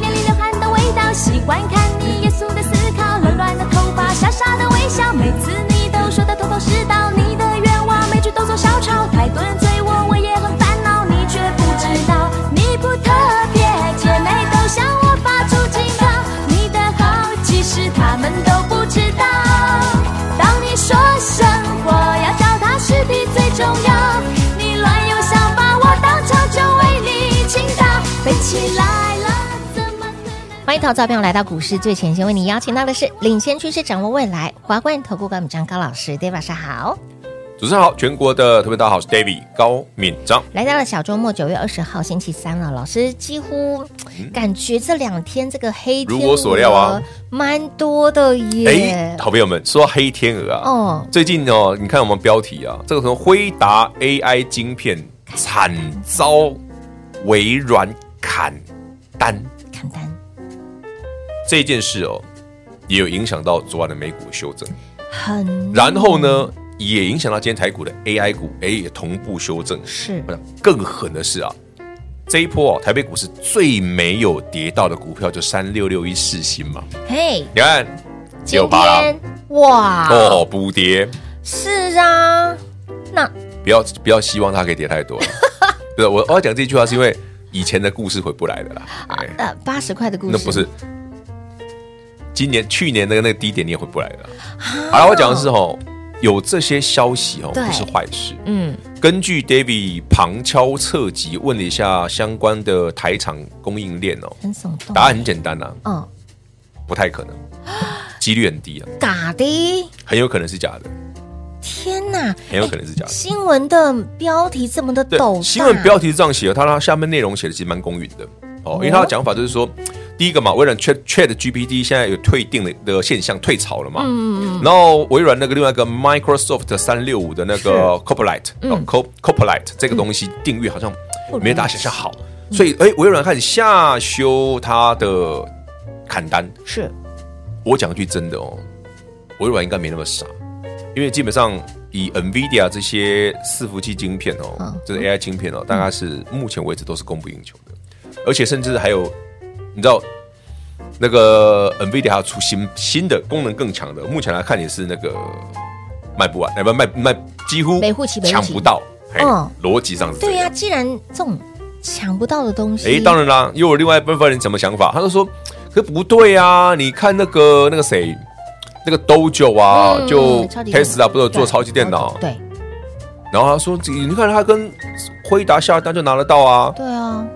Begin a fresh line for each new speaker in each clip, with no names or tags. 恋你流汗的味道，习惯看你严肃的思考，乱乱的头发，傻傻的微笑，每次你都说的头头是道，你的愿望每句都做小抄，太多人追我，我也很烦恼，你却不知道，你不特别，姐妹都向我发出警告，你的好其实他们都不知道。当你说生活要脚踏实地最重要，你乱有想法，我当场就为你倾倒。飞起来了，怎么可能？
欢迎投资者朋友来到股市最前线，为你邀请到的是领先趋势、掌握未来华冠投顾管理张高老师，大家晚上好。
主持人好，全国的特别大家好，我是 David 高敏章。
来到了小周末，九月二十号星期三了，老师几乎感觉这两天这个黑天鹅
嗯如我所料啊，
蛮多的
哎
耶，。
好朋友们，说到黑天鹅啊，
哦
最近哦，你看我们标题啊，这个什么辉达 AI 晶片惨遭微软砍单
看单
这件事哦，也有影响到昨晚的美股的修正，
很
然后呢，也影响到今天台股的 AI 股，哎，也同步修正。
是
不是更狠的是啊，这一波、哦、台北股市最没有跌到的股票就三六六一四星嘛，
嘿，
你看
今
六八啦
天哇，
哦补跌，
是啊，那
不要不要希望它可以跌太 多了。不是我我要讲这句话是因为以前的故事回不来的啦，哎
呃八十块的故事
那不是今年去年的那个低点你也回不来的啦。好了，我讲的是哦，有这些消息哦
啊对
不是坏事。
嗯
根据 David 旁敲侧击问了一下相关的台厂供应链哦，
很耸动，
答案很简单呐、啊，
嗯
不太可能，几率很低啊，
嘎的，
很有可能是假的，
天哪，哎
很有可能是假的。
新闻的标题这么的
对，
抖，
新闻标题是这样写的，他他下面内容写的其实蛮公允的哦，因为他的讲法就是说，第一个嘛，微软 Chat Chat GPT 现在有退订的的现象，退潮了嘛，嗯嗯然后微软那个另外一个 Microsoft 三六五的那个 Copilot 哦 Co- Copilot 这个东西订阅好像没有大家想象好，所以哎，微软开始下修它的砍单。
是
我讲句真的哦，微软应该没那么傻，因为基本上以 NVIDIA 这些伺服器晶片哦，
嗯
这是 AI 晶片哦，大概是目前为止都是供不应求的，而且甚至还有，你知道那个 NVIDIA 还有出新新的功能更强的，目前来看也是那个卖不完，哎不卖卖几乎
每户期每户
抢
期
不到，嘿
嗯
逻辑上是这
对
样
呀、既然这种抢不到的东西，
诶，当然啦，又有另外一部分人怎么想法，他就说，可不对啊，你看那个那个谁，那个 Dojo 啊，
嗯
就
超级
Tesla 不是有做
对
超级电脑，
对
然后他说，这你看他跟辉达下单就拿得到啊，
对啊，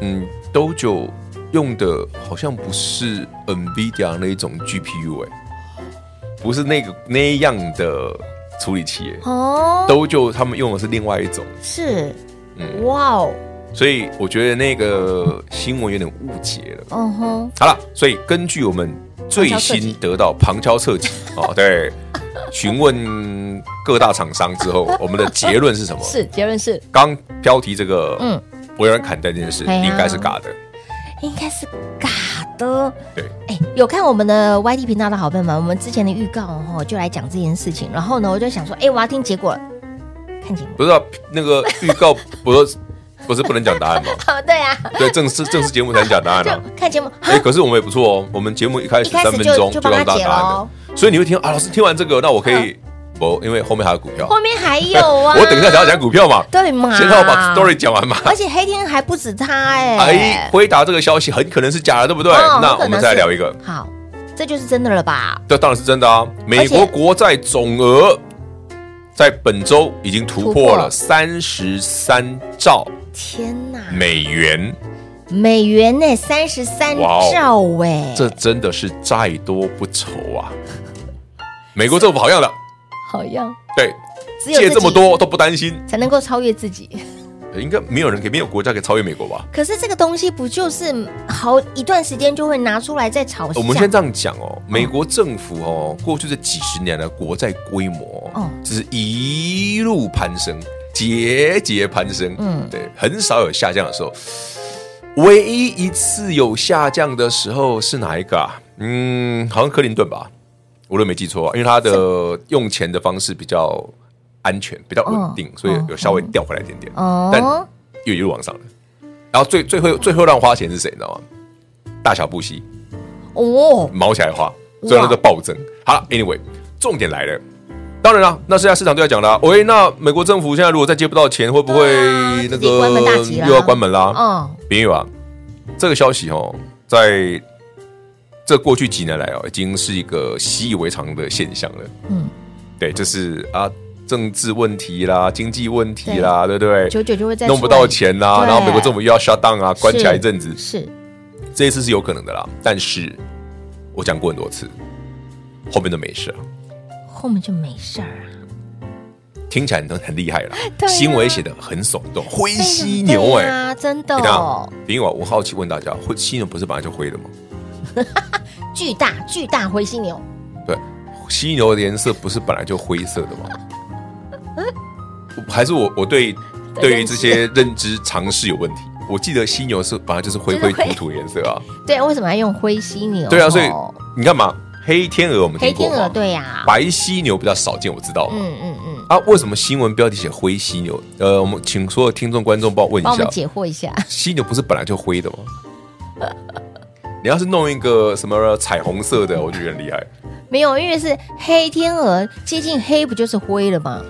嗯，Dojo 用的好像不是 NVIDIA 那一种 GPU 哎、不是那个那样的处理器、欸、
哦，
，Dojo 他们用的是另外一种，
是
嗯，
哇哦，
所以我觉得那个新闻有点误解了。
嗯哼，
好了，所以根据我们最新得到旁敲侧 击哦，对，询问各大厂商之后，我们的结论是什么？
是结论是
刚标题这个，
嗯
嗯，微软砍单这件事
哎呀
应该是假的，
应该是嘎的。
对，
哎，有看我们的 YT 频道的好朋友们，我们之前的预告哦，就来讲这件事情。然后呢，我就想说，哎，我要听结果了，看结果。
不是、啊、那个预告不是不是不能讲答 案吗？
好，对啊，
对，正式正式节目才能讲答案啊。
就看节目，
哎、可是我们也不错哦，我们节目一开始
一开始就
三分钟
就
就
帮他哦
告诉大
解
家答案了
咯，
所以你会听啊，老师听完这个，那我可以不， 因为后面还有股票，
后面还有嗯啊。
我等一下才要讲股票嘛，
对嘛？
先让我把 story 讲完嘛。
而且黑天还不止他哎、
哎，回答这个消息很可能是假的，对不对？
哦
那
很可能
我们再来聊一个
是，好，这就是真的了吧？
这当然是真的啊！美
而且
国国债总额在本周已经突破了三十三兆
天哪，
美元，
美元呢三十三
哇哦
兆哎、
这真的是债多不愁啊！美国政府好样的，
好像
对，
只有
借
自
这么
己
多都不担心，
才能够超越自己，
应该没有人可以，没有国家可以超越美国吧？
可是这个东西不就是好一段时间就会拿出来再炒一下？
我们先这样讲哦，美国政府哦，过去这几十年的国债规模，
哦
哦，就是一路攀升，节节攀升，
嗯
嗯，对，很少有下降的时候。唯一一次有下降的时候是哪一个啊？嗯，好像克林顿吧，我都没记错啊，因为他的用钱的方式比较安全，比较稳定，
哦
所以有稍微掉回来一点点，
哦
但又一路往上了。然后最最后最后让花钱是谁，你知道吗？大小布希。
哦，
毛起来花，所以那个暴增。好了，anyway，重点来了。当然啦，那现在市场都在讲啦。喂，那美国政府现在如果再借不到钱，会不会
对啊
那
自己关门大
个
吉啦
又要关门啦？
哦，
朋友啊，这个消息哦，在这过去几年来哦，已经是一个习以为常的现象了。
嗯
嗯，对，就是啊，政治问题啦，经济问题啦，对不对？
久久就会再
弄不
出来
到钱啦，
对
然后美国政府又要 shut down 啊，关起来一
是
阵子。
是
这一次是有可能的啦，但是我讲过很多次，后面都没事啊，
后面就没事儿啊，
听起来很很厉害啦，
对啊
新闻也写的很耸动，灰犀牛
对
哎、
啊，真的
你看啊
哦，，
林友啊，我好奇问大家，灰犀牛不是本来就灰的吗？
巨大巨大灰犀牛，
对，犀牛的颜色不是本来就灰色的吗？ 还是我我对对于这些认知常识有问题？我记得犀牛是本来就是灰灰土土的颜色啊，
对啊，为什么要用灰犀牛？
对啊，所以
哦
你干嘛？黑天鹅我们
黑
听过
天鹅
吗？
对呀，
白犀牛比较少见，我知道嘛。
嗯嗯嗯，
啊，为什么新闻标题写灰犀牛？呃，我们请所有听众观众帮我问
帮我
一
们
下，
解惑一下，
犀牛不是本来就灰的吗？你要是弄一个什么彩虹色的，我就觉得很厉害。
没有，因为是黑天鹅接近黑不就是灰了吗？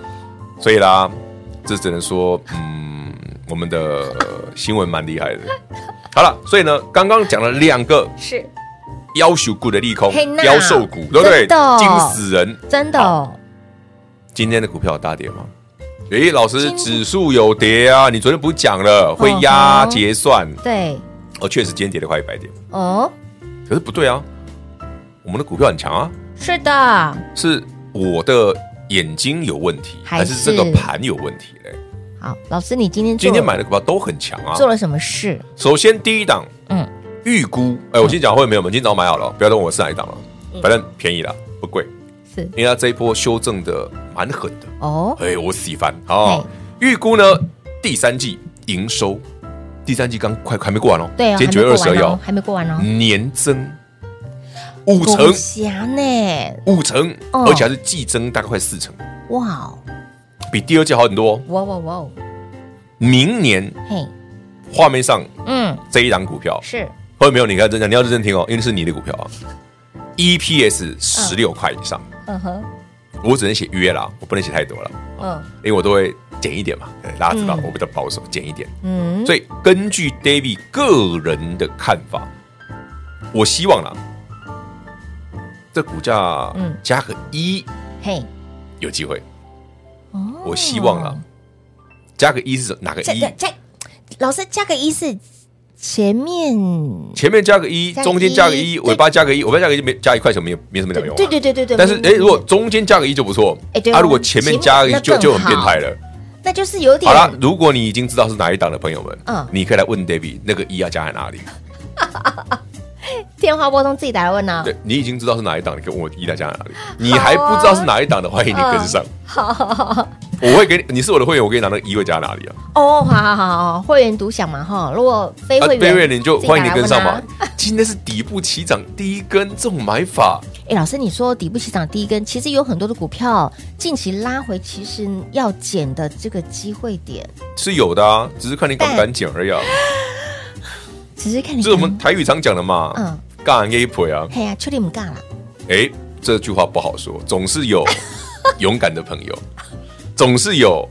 所以啦，这只能说，嗯，我们的呃新闻蛮厉害的。好了，所以呢，刚刚讲了两个
是
妖兽股的利空
嘿呐，
妖兽股，对不对？
真的
惊死人！
真的哦，
今天的股票有大跌吗？诶，老师，
今
指数有跌啊！你昨天不是讲了会压
嗯哼
结算？
对
哦，确实今天跌了快一百点。
哦，
可是不对啊，我们的股票很强啊，
是的，
是我的眼睛有问题，
还
还是
是
这个盘有问题嘞？
好，老师你今天做
今天买的股票都很强啊。
做了什么事？
首先第一档，
嗯
嗯，预估，哎，我先讲会没有，我们今天早上买好了，哦不要问我是哪一档了，
嗯
反正便宜了，不贵，
是
因为它这一波修正的蛮狠的，
哦，
哎，我喜欢哦。预估呢，第三季营收，第三季刚快还没过完哦，
对啊，
今天九月二十二号，
还没过完哦，还没过完哦
年增五
龙
成。
霞呢？
五成，
哦
而且还是季增大概快四成，
哇哦，
比第二季好很多哦。
哇哇哇哦，
明年
嘿，
画面上
嗯，
这一档股票，
是
后面没有？你看真的，你要认真听哦，因为是你的股票啊。EPS 十六块以上，
嗯哼，
我只能写约啦，我不能写太多了，
嗯
因为我都会减一点嘛。对大家知道
嗯
我比较保守，减一点。
嗯，
所以根据 David 个人的看法，我希望啦，这股价
嗯
加个一
嘿，
有机会。
哦
我希望啦，加个一是哪个
这
一
这？这，老师加个一是前面，
前面加个一，
加个一
中间加个一，
对
尾巴加个一，尾巴加个一就没加一块钱没有没什么两用、啊。
对对对对对，
但是
没
哎、如果中间加个一就不错，
哎对
啊，
哦
如果前面加个一
前面
就
那更
就很变态了。
那就是有点
好啦，如果你已经知道是哪一档的朋友们，
嗯
你可以来问 David 那个一要加在哪里。
电话拨通自己打来问啊，
对你已经知道是哪一档，你可以问我一要加在哪里。你还不知道是哪一档的，欢迎你跟上。
嗯
我会给你，你是我的会员，我给你拿那个一会加在哪里啊？
哦，好好好好，会员独享嘛哈，如果非
啊，
会
对
员，
面你就
自己打
欢
来
迎你跟上嘛
问啊。
今天是底部起涨第一根，这种买法
哎，老师，你说底部起涨第一根，其实有很多的股票近期拉回，其实要减的这个机会点，
是有的啊，只是看你敢不敢讲而已啊。
嗯只是看你
这是我们台语常讲的嘛，
嗯
嗯，干 A 赔啊，
嘿呀，确定不干了，
哎，这句话不好说，总是 有勇敢的朋友，总是有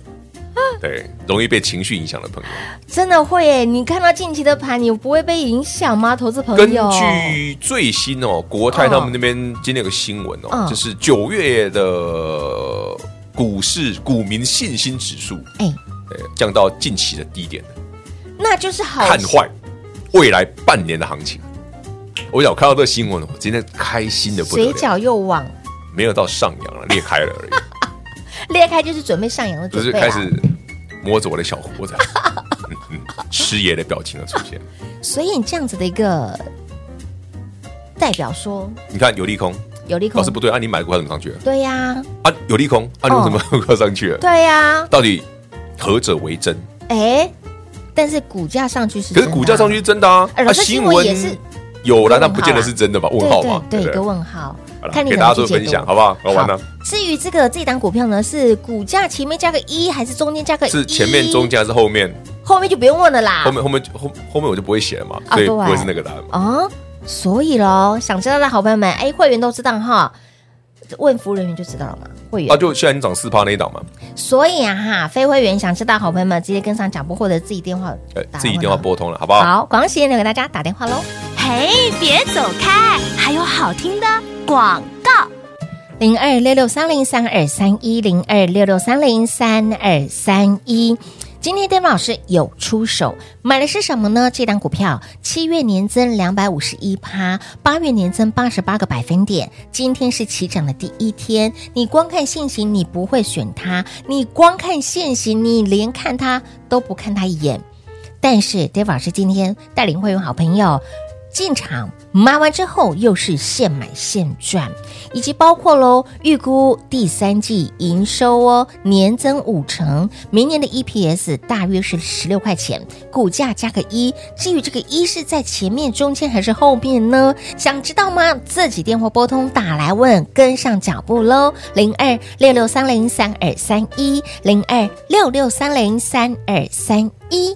对容易被情绪影响的朋友。
真的会耶！你看到近期的盘，你不会被影响吗？投资朋
根
友，
据最新哦，国泰他们那边今天有个新闻
嗯
哦，就是九月的股市股民信心指数，
哎，
哎，降到近期的低点，
那就是好
看坏未来半年的行情。我想我看到这个新闻，我今天开心的不得
水
了。
饺又往 啊
没有到上扬了，裂开了而已，
裂开，就是准备上扬的
只是
准备啊
开始摸着我的小胡子， 嗯嗯师爷的表情的出现。
所以你这样子的一个代表说
你看有利空，
有利空
老师，不对啊，你买的股票怎么上去了
对呀、
啊？有利空啊，你
哦
为什么股票上去了？
对呀、
到底何者为真？
哎，但是股价上去是
可
真
是
的啊、
股价上去是真的啊，
哎
啊
老师新闻也是
有
一个
啦，
问
那不见
号
得
啊
是真的吧？问号
对
嘛，
对
不
对，一个问号
好，了
看你
给
怎
大
么
家
去
做
解
分
读
享，好不好？好玩呢？
至于这个这档股票呢，是股价前面加个一，还是中间加个一？
是前面、中间还是后面？
后面就不用问了啦。
后面后面后后面我就不会写了嘛，
啊
所以
对
不会是那个答案嘛。
哦，所以喽，想知道的好朋友们，哎，会员都知道哈，问服务人员就知道了嘛，会员。
啊，就现在你涨四趴那一档嘛，
所以啊哈，非会员想知道好朋友们，直接跟上脚步或者自己电话
哎
打，
自己
问
电话
啊。
拨通了，好不好？
好，广告时间留给大家打电话喽。
嘿，别走开，还有好听的广告。
零二六六三零三二三一零二六六三零三二三一。今天 David 老师有出手，买的是什么呢？这档股票七月年增两百五十一趴，八月年增八十八个百分点。今天是起涨的第一天，你光看现行，你不会选它；你光看现行，你连看它都不看它一眼。但是 David 老师今天带领会员好朋友进场买完之后，又是现买现赚，以及包括喽预估第三季营收哦年增五成，明年的 EPS 大约是十六块钱，股价加个一。至于这个一是在前面、中间还是后面呢？想知道吗？自己电话拨通打来问，跟上脚步喽。零二六六三零三二三一，零二六六三零三二三一。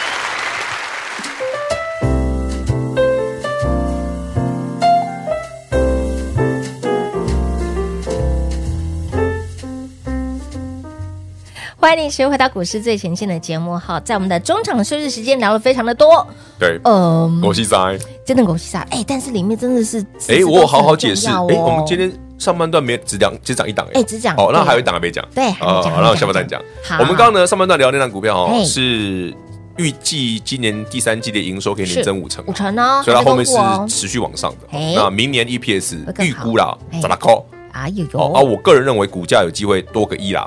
欢迎你持续回到股市最前线的节目哈，在我们的中场休息时间聊了非常的多，
对，
嗯，
我是在。
真的恭喜晒，哎，但是里面真的是，
哎、我有好好解释。哎、
哎，
我们今天上半段没只讲只讲一档、
哎只讲
哦，那
对
还有一档还没讲。哦
对还没讲还没
那我
讲
下半段讲。
好
我们刚刚呢上半段聊那档股票
哎
哦，是预计今年第三季的营收可以年增五成嘛，
五成哦，
所以它后面是
还在公布哦
持续往上的。
哎
那明年
会
EPS
更
预
好
估啦
哎，
咋啦高？
哎呦呦，
哦啊，我个人认为股价有机会多个一啦。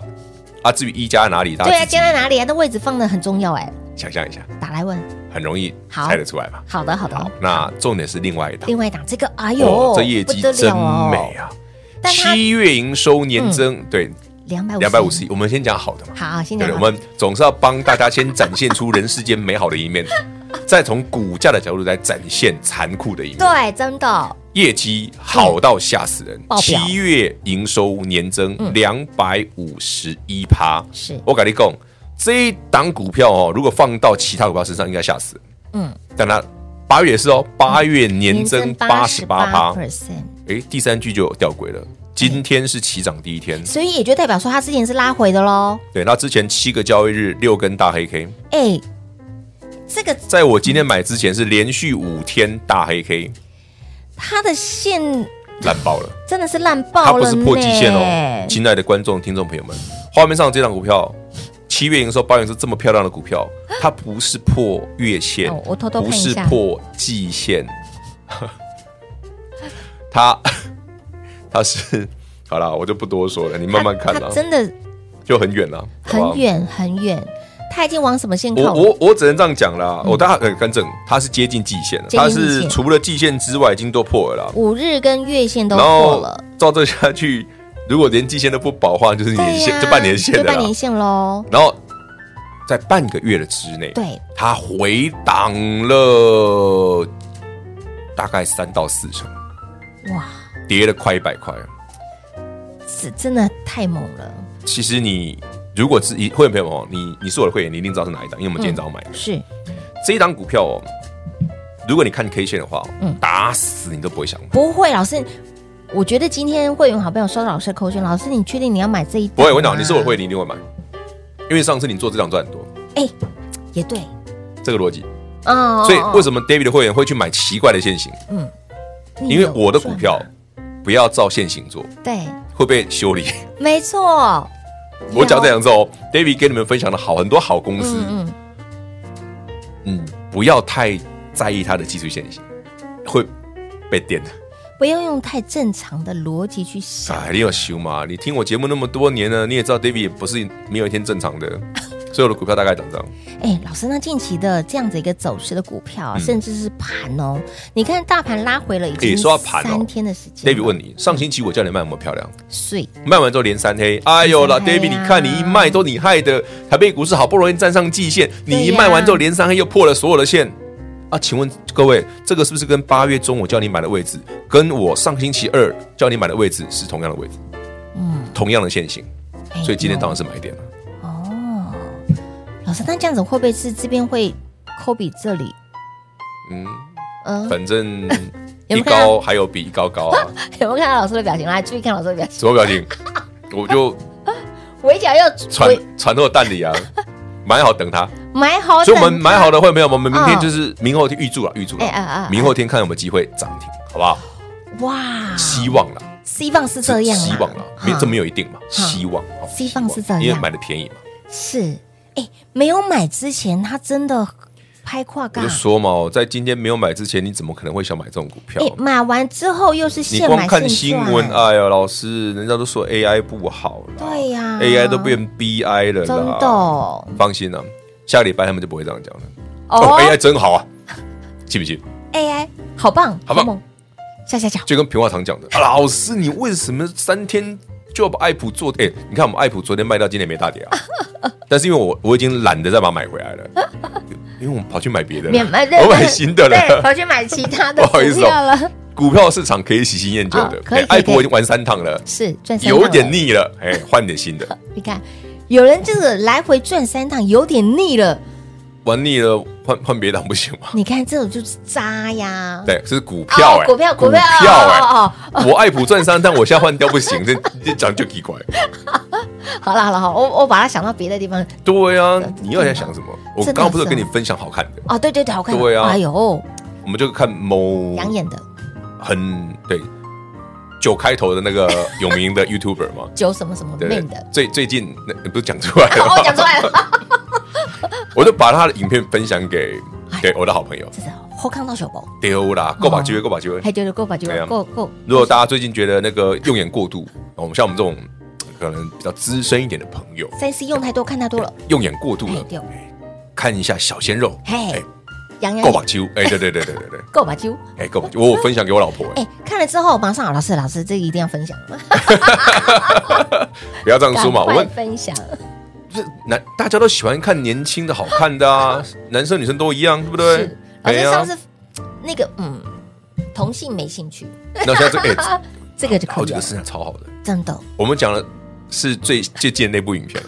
啊，至于一加在哪里，大
对啊，
家自己
加在哪里啊？那位置放的很重要哎，
想象一下，
打来问，
很容易
好
猜得出来吧？
好的好的
好，，那重点是另外一档
另。外一档这个，哎
哦
呦，
这业绩真美
啊，
啊！
但它嗯
七月营收年增，对，
两百
两百五十，，我们先讲好的嘛，
好，现
对
在
不对？我们总是要帮大家先展现出人世间美好的一 面，再从股价的角度来展现残酷的一面。
对，真的
业绩好到吓死人
爆，表
七月营收年增两百五十一趴，
是
我跟你讲，这一档股票哦，如果放到其他股票身上，应该吓死人。
嗯，
但它八月也是哦，八月嗯年增八十八趴，
percent，
哎，第三句就有吊诡了。今天是起涨第一天，
所以也就代表说它之前是拉回的喽，
对，那之前七个交易日六根大黑 K，
哎，这个
在我今天买之前是连续五天大黑 K，
它的线
烂爆了，
真的是烂
它
爆
不
了呢，
是破季线哦。亲爱的观众、听众朋友们，画面上这档股票，七月营收、八月营收这么漂亮的 股票，它不是破月线
哦，我偷偷看
不
一
是
下
破季线， 它 它是好了，我就不多说了，你慢慢看啊
它
啦
它，真的
就很远了，好不好
很。远很远，它已经往什么线靠
我
了？
我我只能这样讲啦，我大家呃很更正，它是接近季线了，
嗯接近
它
季线
是除了季线之外已经都破了啦。
五日跟月线都
然
破
后
了，
照这下去，如果连季线都不保的话，就是年
对
线
呀，
就半年线啊
就
的
半
啦。
年线喽。
然后在半个月的之内，
对，
它回档了大概三到四成，
哇，
跌了快一百块。啊
这真的太猛了，
其实你如果是一会员朋友哦，你你是我的会员，你一定知道是哪一档，因为我们今天早上买的、
是
这一档股票哦。如果你看 K 线的话哦，
嗯
打死你都不会想买。
不会，老师。我觉得今天会员好朋友收到老师的扣讯，老师，你确定你要买这一档吗？
不会，我跟你讲，你是我的会员，你一定会买，因为上次你做这档赚很多，
也对，
这个逻辑。
哦
所以为
么？
什么 David 的会员会去买奇怪的现行？
你
因为
有
我的
赚
股票
吗
不要照现行做，
对，
会被 修理。
没错，嗯
我讲这两周哦，David 给你们分享了好很多好公司，
嗯嗯，
嗯，不要太在意它的技术线型，会被电 的。
不要用太正常的逻辑去想。
哎，你有修嘛？你听我节目那么多年了，你也知道 David 也不是没有一天正 常的，所有的股票大概涨这样。
哎，老师，那近期的这样子一个走势的股票
嗯
啊，甚至是盘哦，你看大盘拉回了已经
哎说到盘哦
三天的时间了。
David 问你，上星期我叫你卖有没有漂亮？
睡
卖嗯完之后连三黑，哎呦老
连三黑
David，
啊
你看你一卖都你害的，台北股市好不容易站上季线，你一
对呀
卖完之后连三黑又破了所有的线。啊，请问各位，这个是不是跟八月中我叫你买的位置，跟我上星期二叫你买的位置是同样的位置？嗯，同样的线型，
哎
所以今天当然是买点了。
老师，那这样子会不会是这边会抠比这里？
嗯，
嗯，
反正
有没
一
有看到
高还有比一高高啊，
有没有看到老师的表情？来，注意看老师的表情，
什么表情？我就
围剿要
传
围
传到蛋里啊，买好等它。
买好等它，
所以我们买好的会没有，我们明天
嗯
就是明后天预祝了，预祝
哎啊啊
了，明后天看有没有机会涨停，好不好？
哇，
希望啦，
希望是这样啦，啊
希望啦，没
哈
这没有一定嘛，希望，好
希望是这样
因为买的便宜嘛，
是哎，没有买之前他真的拍胯
我
尬
就，说嘛，我在今天没有买之前，你怎么可能会想买这种股票？
哎，买完之后又是
你
现
光
买
看
现
新
赚
闻，，哎呀，老师，人家都说 AI 不好啦，
对呀
，AI 都变 BI 了啦，
真的哦
放心啦，下个礼拜他们就不会这样讲了。哦
哦
，AI 真好啊，信不信？
，AI 好棒，
好棒
猛，下下下，
就跟平话常讲的，啊老师，你为什么三天就要把爱普做？哎、你看我们爱普昨天卖掉，今天没大跌啊。 但是因为我我已经懒得再把它买回来了，因为我们跑去买别的了，
免买
我买新的
对，
了。
跑去买其他的
不好意
股
思
票
哦
了，，
股票市场可以喜新厌旧的
哦，可以
哎
可以
爱普我已经玩三趟了，
是赚三趟
有
了
点腻了，哎，换点新的，
你看，有人这个来回转三趟有点腻了，
玩腻了换换别档不行吗？
你看这种就是渣呀。
对，这是股票
哦
哎，
股票股
股
票
票
哦
哎，我爱普赚三趟，我现在换掉不行，这这讲就奇怪。
好了好了好，我我把它想到别的地方。
对啊，你又在想什么？我
真的
刚刚不是
是
跟你分享好看的，
哦，对对对，好看。
对啊嗯
哎呦，
我们就看某
养眼的
很对九开头的那个有名的 YouTuber 嘛，
酒什么什么
对不
面
对
的，？
最最近那不是讲出来了吗
哦，讲出来了，
我就把他的影片分享给
哎
给我的好朋友，
这是后康到手包，
丢
哦
啦，够把机会，够把机会。
还觉得够吧？就
对啊
够够。
如果大家最近觉得那个用眼过度，我们像我们这种可能比较资深一点的朋友，
三 C 用太多，看太多了，
用眼过度
哎
了，
对，
看一下小鲜肉，哎
嘿，养
够
养
把
眼，
机会，哎，对对对对对对，
够吧？就
哎，够把机会，我我分享给我老婆，哎
哎，看了之后马上，老师老师，这个一定要分享，
不要这样说嘛，我
哎 赶快
们
分享，
这男大家都喜欢看年轻的好看 的啊，男生女生都一样，对不对
是？老师
哎呀
上次那个嗯，同性没兴趣，
那现在这 哎，
这个就可
好
以
几
了
个，市场超好的，
真的，
我们讲的是最借鉴那部 影片。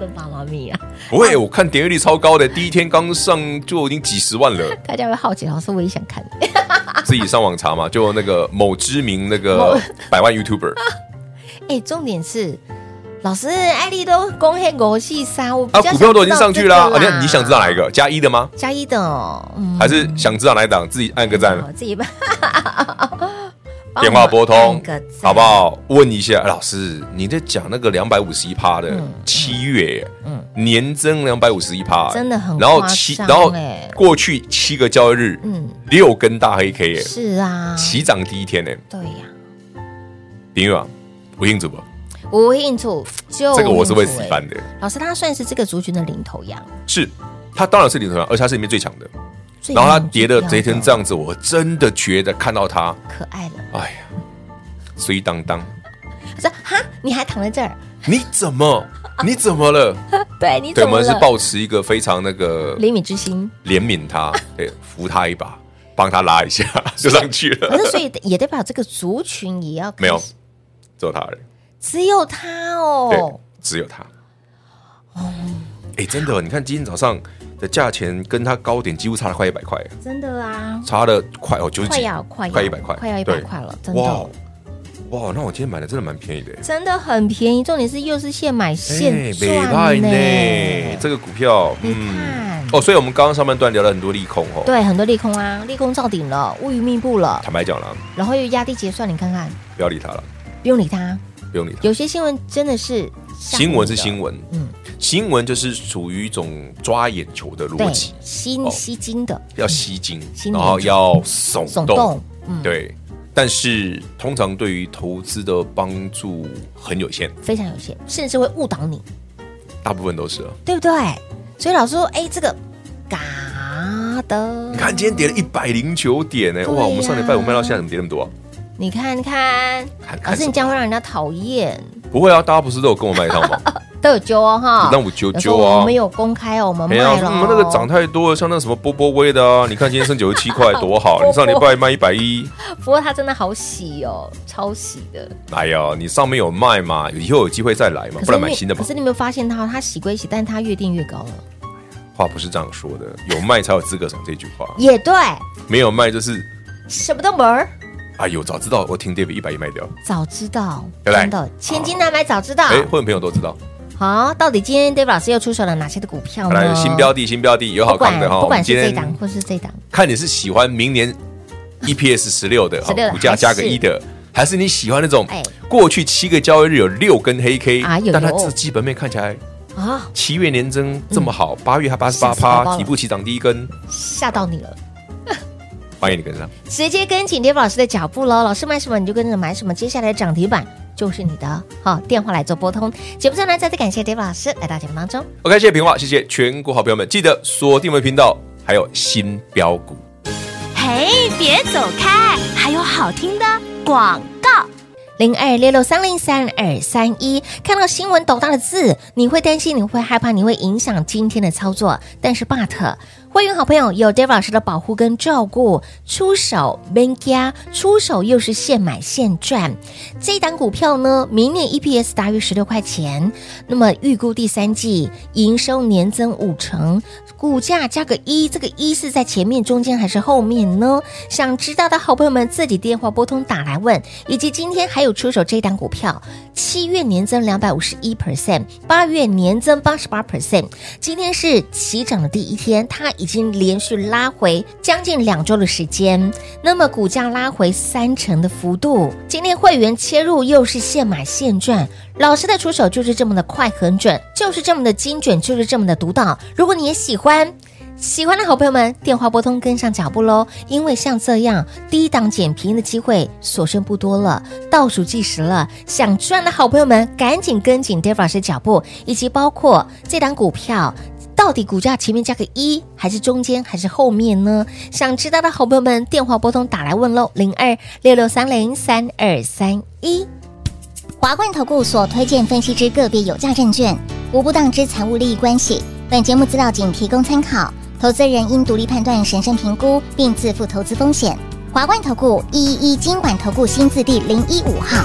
跟爸妈咪啊，
喂，我看点阅率超高的，第一天刚上就已经几十万了，
大家会好奇，老师我也想看，哎
自己上网查嘛，就那个某知名那个 百 万 YouTuber，
哎，重点是。老师，艾丽都公黑狗戏杀，我比
啊，
较
股票都已经
想
上去
知道这
啦，啊，你看你想知道哪一个加一的吗？
加一的哦，嗯，
还是想知道哪一档？自己按个赞，
好自己吧。
电话拨通
帮我按个赞，
好不？好？问一下哎老师，你在讲那个两百五十一趴的
嗯
七月，年增两百五十一趴，
真的很
然后
夸
七，
张
然后
哎
过去七个交易日，
嗯
六根大黑 K，耶
是啊，
起涨第一天呢，
对呀，
林远啊，我应主播，
无印处就
这个我是会
无印处
死翻的，
哎老师，他算是这个族群的领头羊，
是它当然是领头羊，而且它是里面最强的。
最
然后它
有目
跌的
标
贼成这样子，我真的觉得看到它，
可爱了。
哎呀，碎当当，
他说哈，你还躺在这儿？
你怎么，你怎么了？
对， 你怎
对，我
么
们是
了？
保持一个非常那个
厘米之心。
怜 悯他，对，扶他一把，帮他拉一下 就上去
可
了。
是，所以也代表这个族群也要开始
没有，只有他而已。
只有他
对
哦，，
只有他。哎，真的，你看今天早上的价钱跟它高点几乎差了快一百块，
真的啊，
差了快哦九十
快
几，
要快要
快一百块，
快要一百
对
块了，真的
哇
哦。
哇，那我今天买的真的蛮便宜的，哎
真的很便宜，重点是又是现买现
没
赚
赖呢，
呢。
这个股票，
看
嗯，哦，所以我们刚刚上半段聊了很多利空哦。
对，很多利空啊，利空造顶了，乌云密布了，
坦白讲了，
然后又压低结算，你看看，
不要理它了，
不用理它。
不用理它。
有些新闻真的是吓
新闻是
你的
新闻，
嗯
嗯，新闻就是属于一种抓眼球的逻
对，
辑，
吸
哦
吸金的，
要吸睛，
新
然
闻
后要耸
耸
动，
动，
哦
嗯
对。但是通常对于投资的帮助很有限，
非常有限，甚至会误导你，
大部分都是啊。
对不对？所以老师说，哎，这个嘎的，
你看今天跌了一百零九点呢、
对呀
哇！我们上礼拜五卖到现在怎么跌那么多啊、
你看看，
看
老
看
师啊
什
你
么
这样会让人家讨厌，
不会啊，大家不是都有跟我卖一趟 吗？
都有揪哦哈，
那我揪
有时候
揪啊
我们有公开哦，我们
没
卖
有，
了哦，
我们那个涨太多了，像那个什么波波威的啊，你看今天升九十七 块多好，啊你上礼拜卖一百一，
不过它真的好洗哦，超洗的。
哎呀，你上面有卖嘛，以后有机会再来嘛，
可
不
是你
然买新的嘛
可。是你有没有发现它，它洗归洗，但它越定越高了。
话不是这样说的，有卖才有资格讲这句话，
也对，
没有卖就是，
什么都没儿。
哎呦，早知道我听 David 一百一卖掉，
早知道，
对不对
真的千金难买早知道。
哎，会员朋友都知道。
好，到底今天 David 老师又出手了哪些的股票
来，
呢？
新标的，新标的有好
哦不
看
管
的哈，
不
我们
管是
今
这
天
档或是这档，
看你是喜欢明年 EPS 十六的，好
16的
股价加个
还是
一的，还是你喜欢那种
哎
过去七个交易日有六根黑 K，
哎呦
但它
呦
这基本面看起来
啊，
七月年增这
嗯
么好，八月还八十
吓
八
死宝宝
趴，
了
底部起涨第一根，
吓到你了。
欢迎你跟上。
直接跟紧 David 老师的脚步喽，老师买什么你就跟着买什么，接下来涨停板就是你的。好，电话来做拨通。节目上呢，再次感谢 David 老师来到节目当中。
OK，谢谢平话，谢谢全国好朋友们，记得锁定我们的频道，还有新标股。
嘿，别走开，还有好听的广告。
零二六六三零三二三一，看到新闻斗大的字，你会担心，你会害怕，你会影响今天的操作。但是，but 会员好朋友有 Dave 老师的保护跟照顾，出手 m 家，出手又是现买现赚。这一档股票呢，明年 EPS 大约十六块钱，那么预估第三季营收年增五成，股价加个一，这个一是在前面、中间还是后面呢？想知道的好朋友们自己电话拨通打来问，以及今天还有出手这一档股票，七月年增两百五十一 percent，八月年增八十八 percent，今天是起涨的第一天，它已经连续拉回将近两周的时间，那么股价拉回三成的幅度，今天会员切入又是现买现赚，老师的出手就是这么的快很准，就是这么的精准，就是这么的独到。如果你也喜欢。喜欢的好朋友们，电话拨通，跟上脚步喽！因为像这样低档捡便宜的机会所剩不多了，倒数计时了，想赚的好朋友们，赶紧跟紧 Dave 老师脚步，以及包括这档股票。到底股价前面加个一，还是中间，还是后面呢？想知道的好朋友们，电话拨通打来问喽，零二六六三零三二三一。
华冠投顾所推荐分析之个别有价证券，无不当之财务利益关系。本节目资料仅提供参考，投资人应独立判断、审慎评估，并自负投资风险。华冠投顾一一一金管投顾新字第零一五号。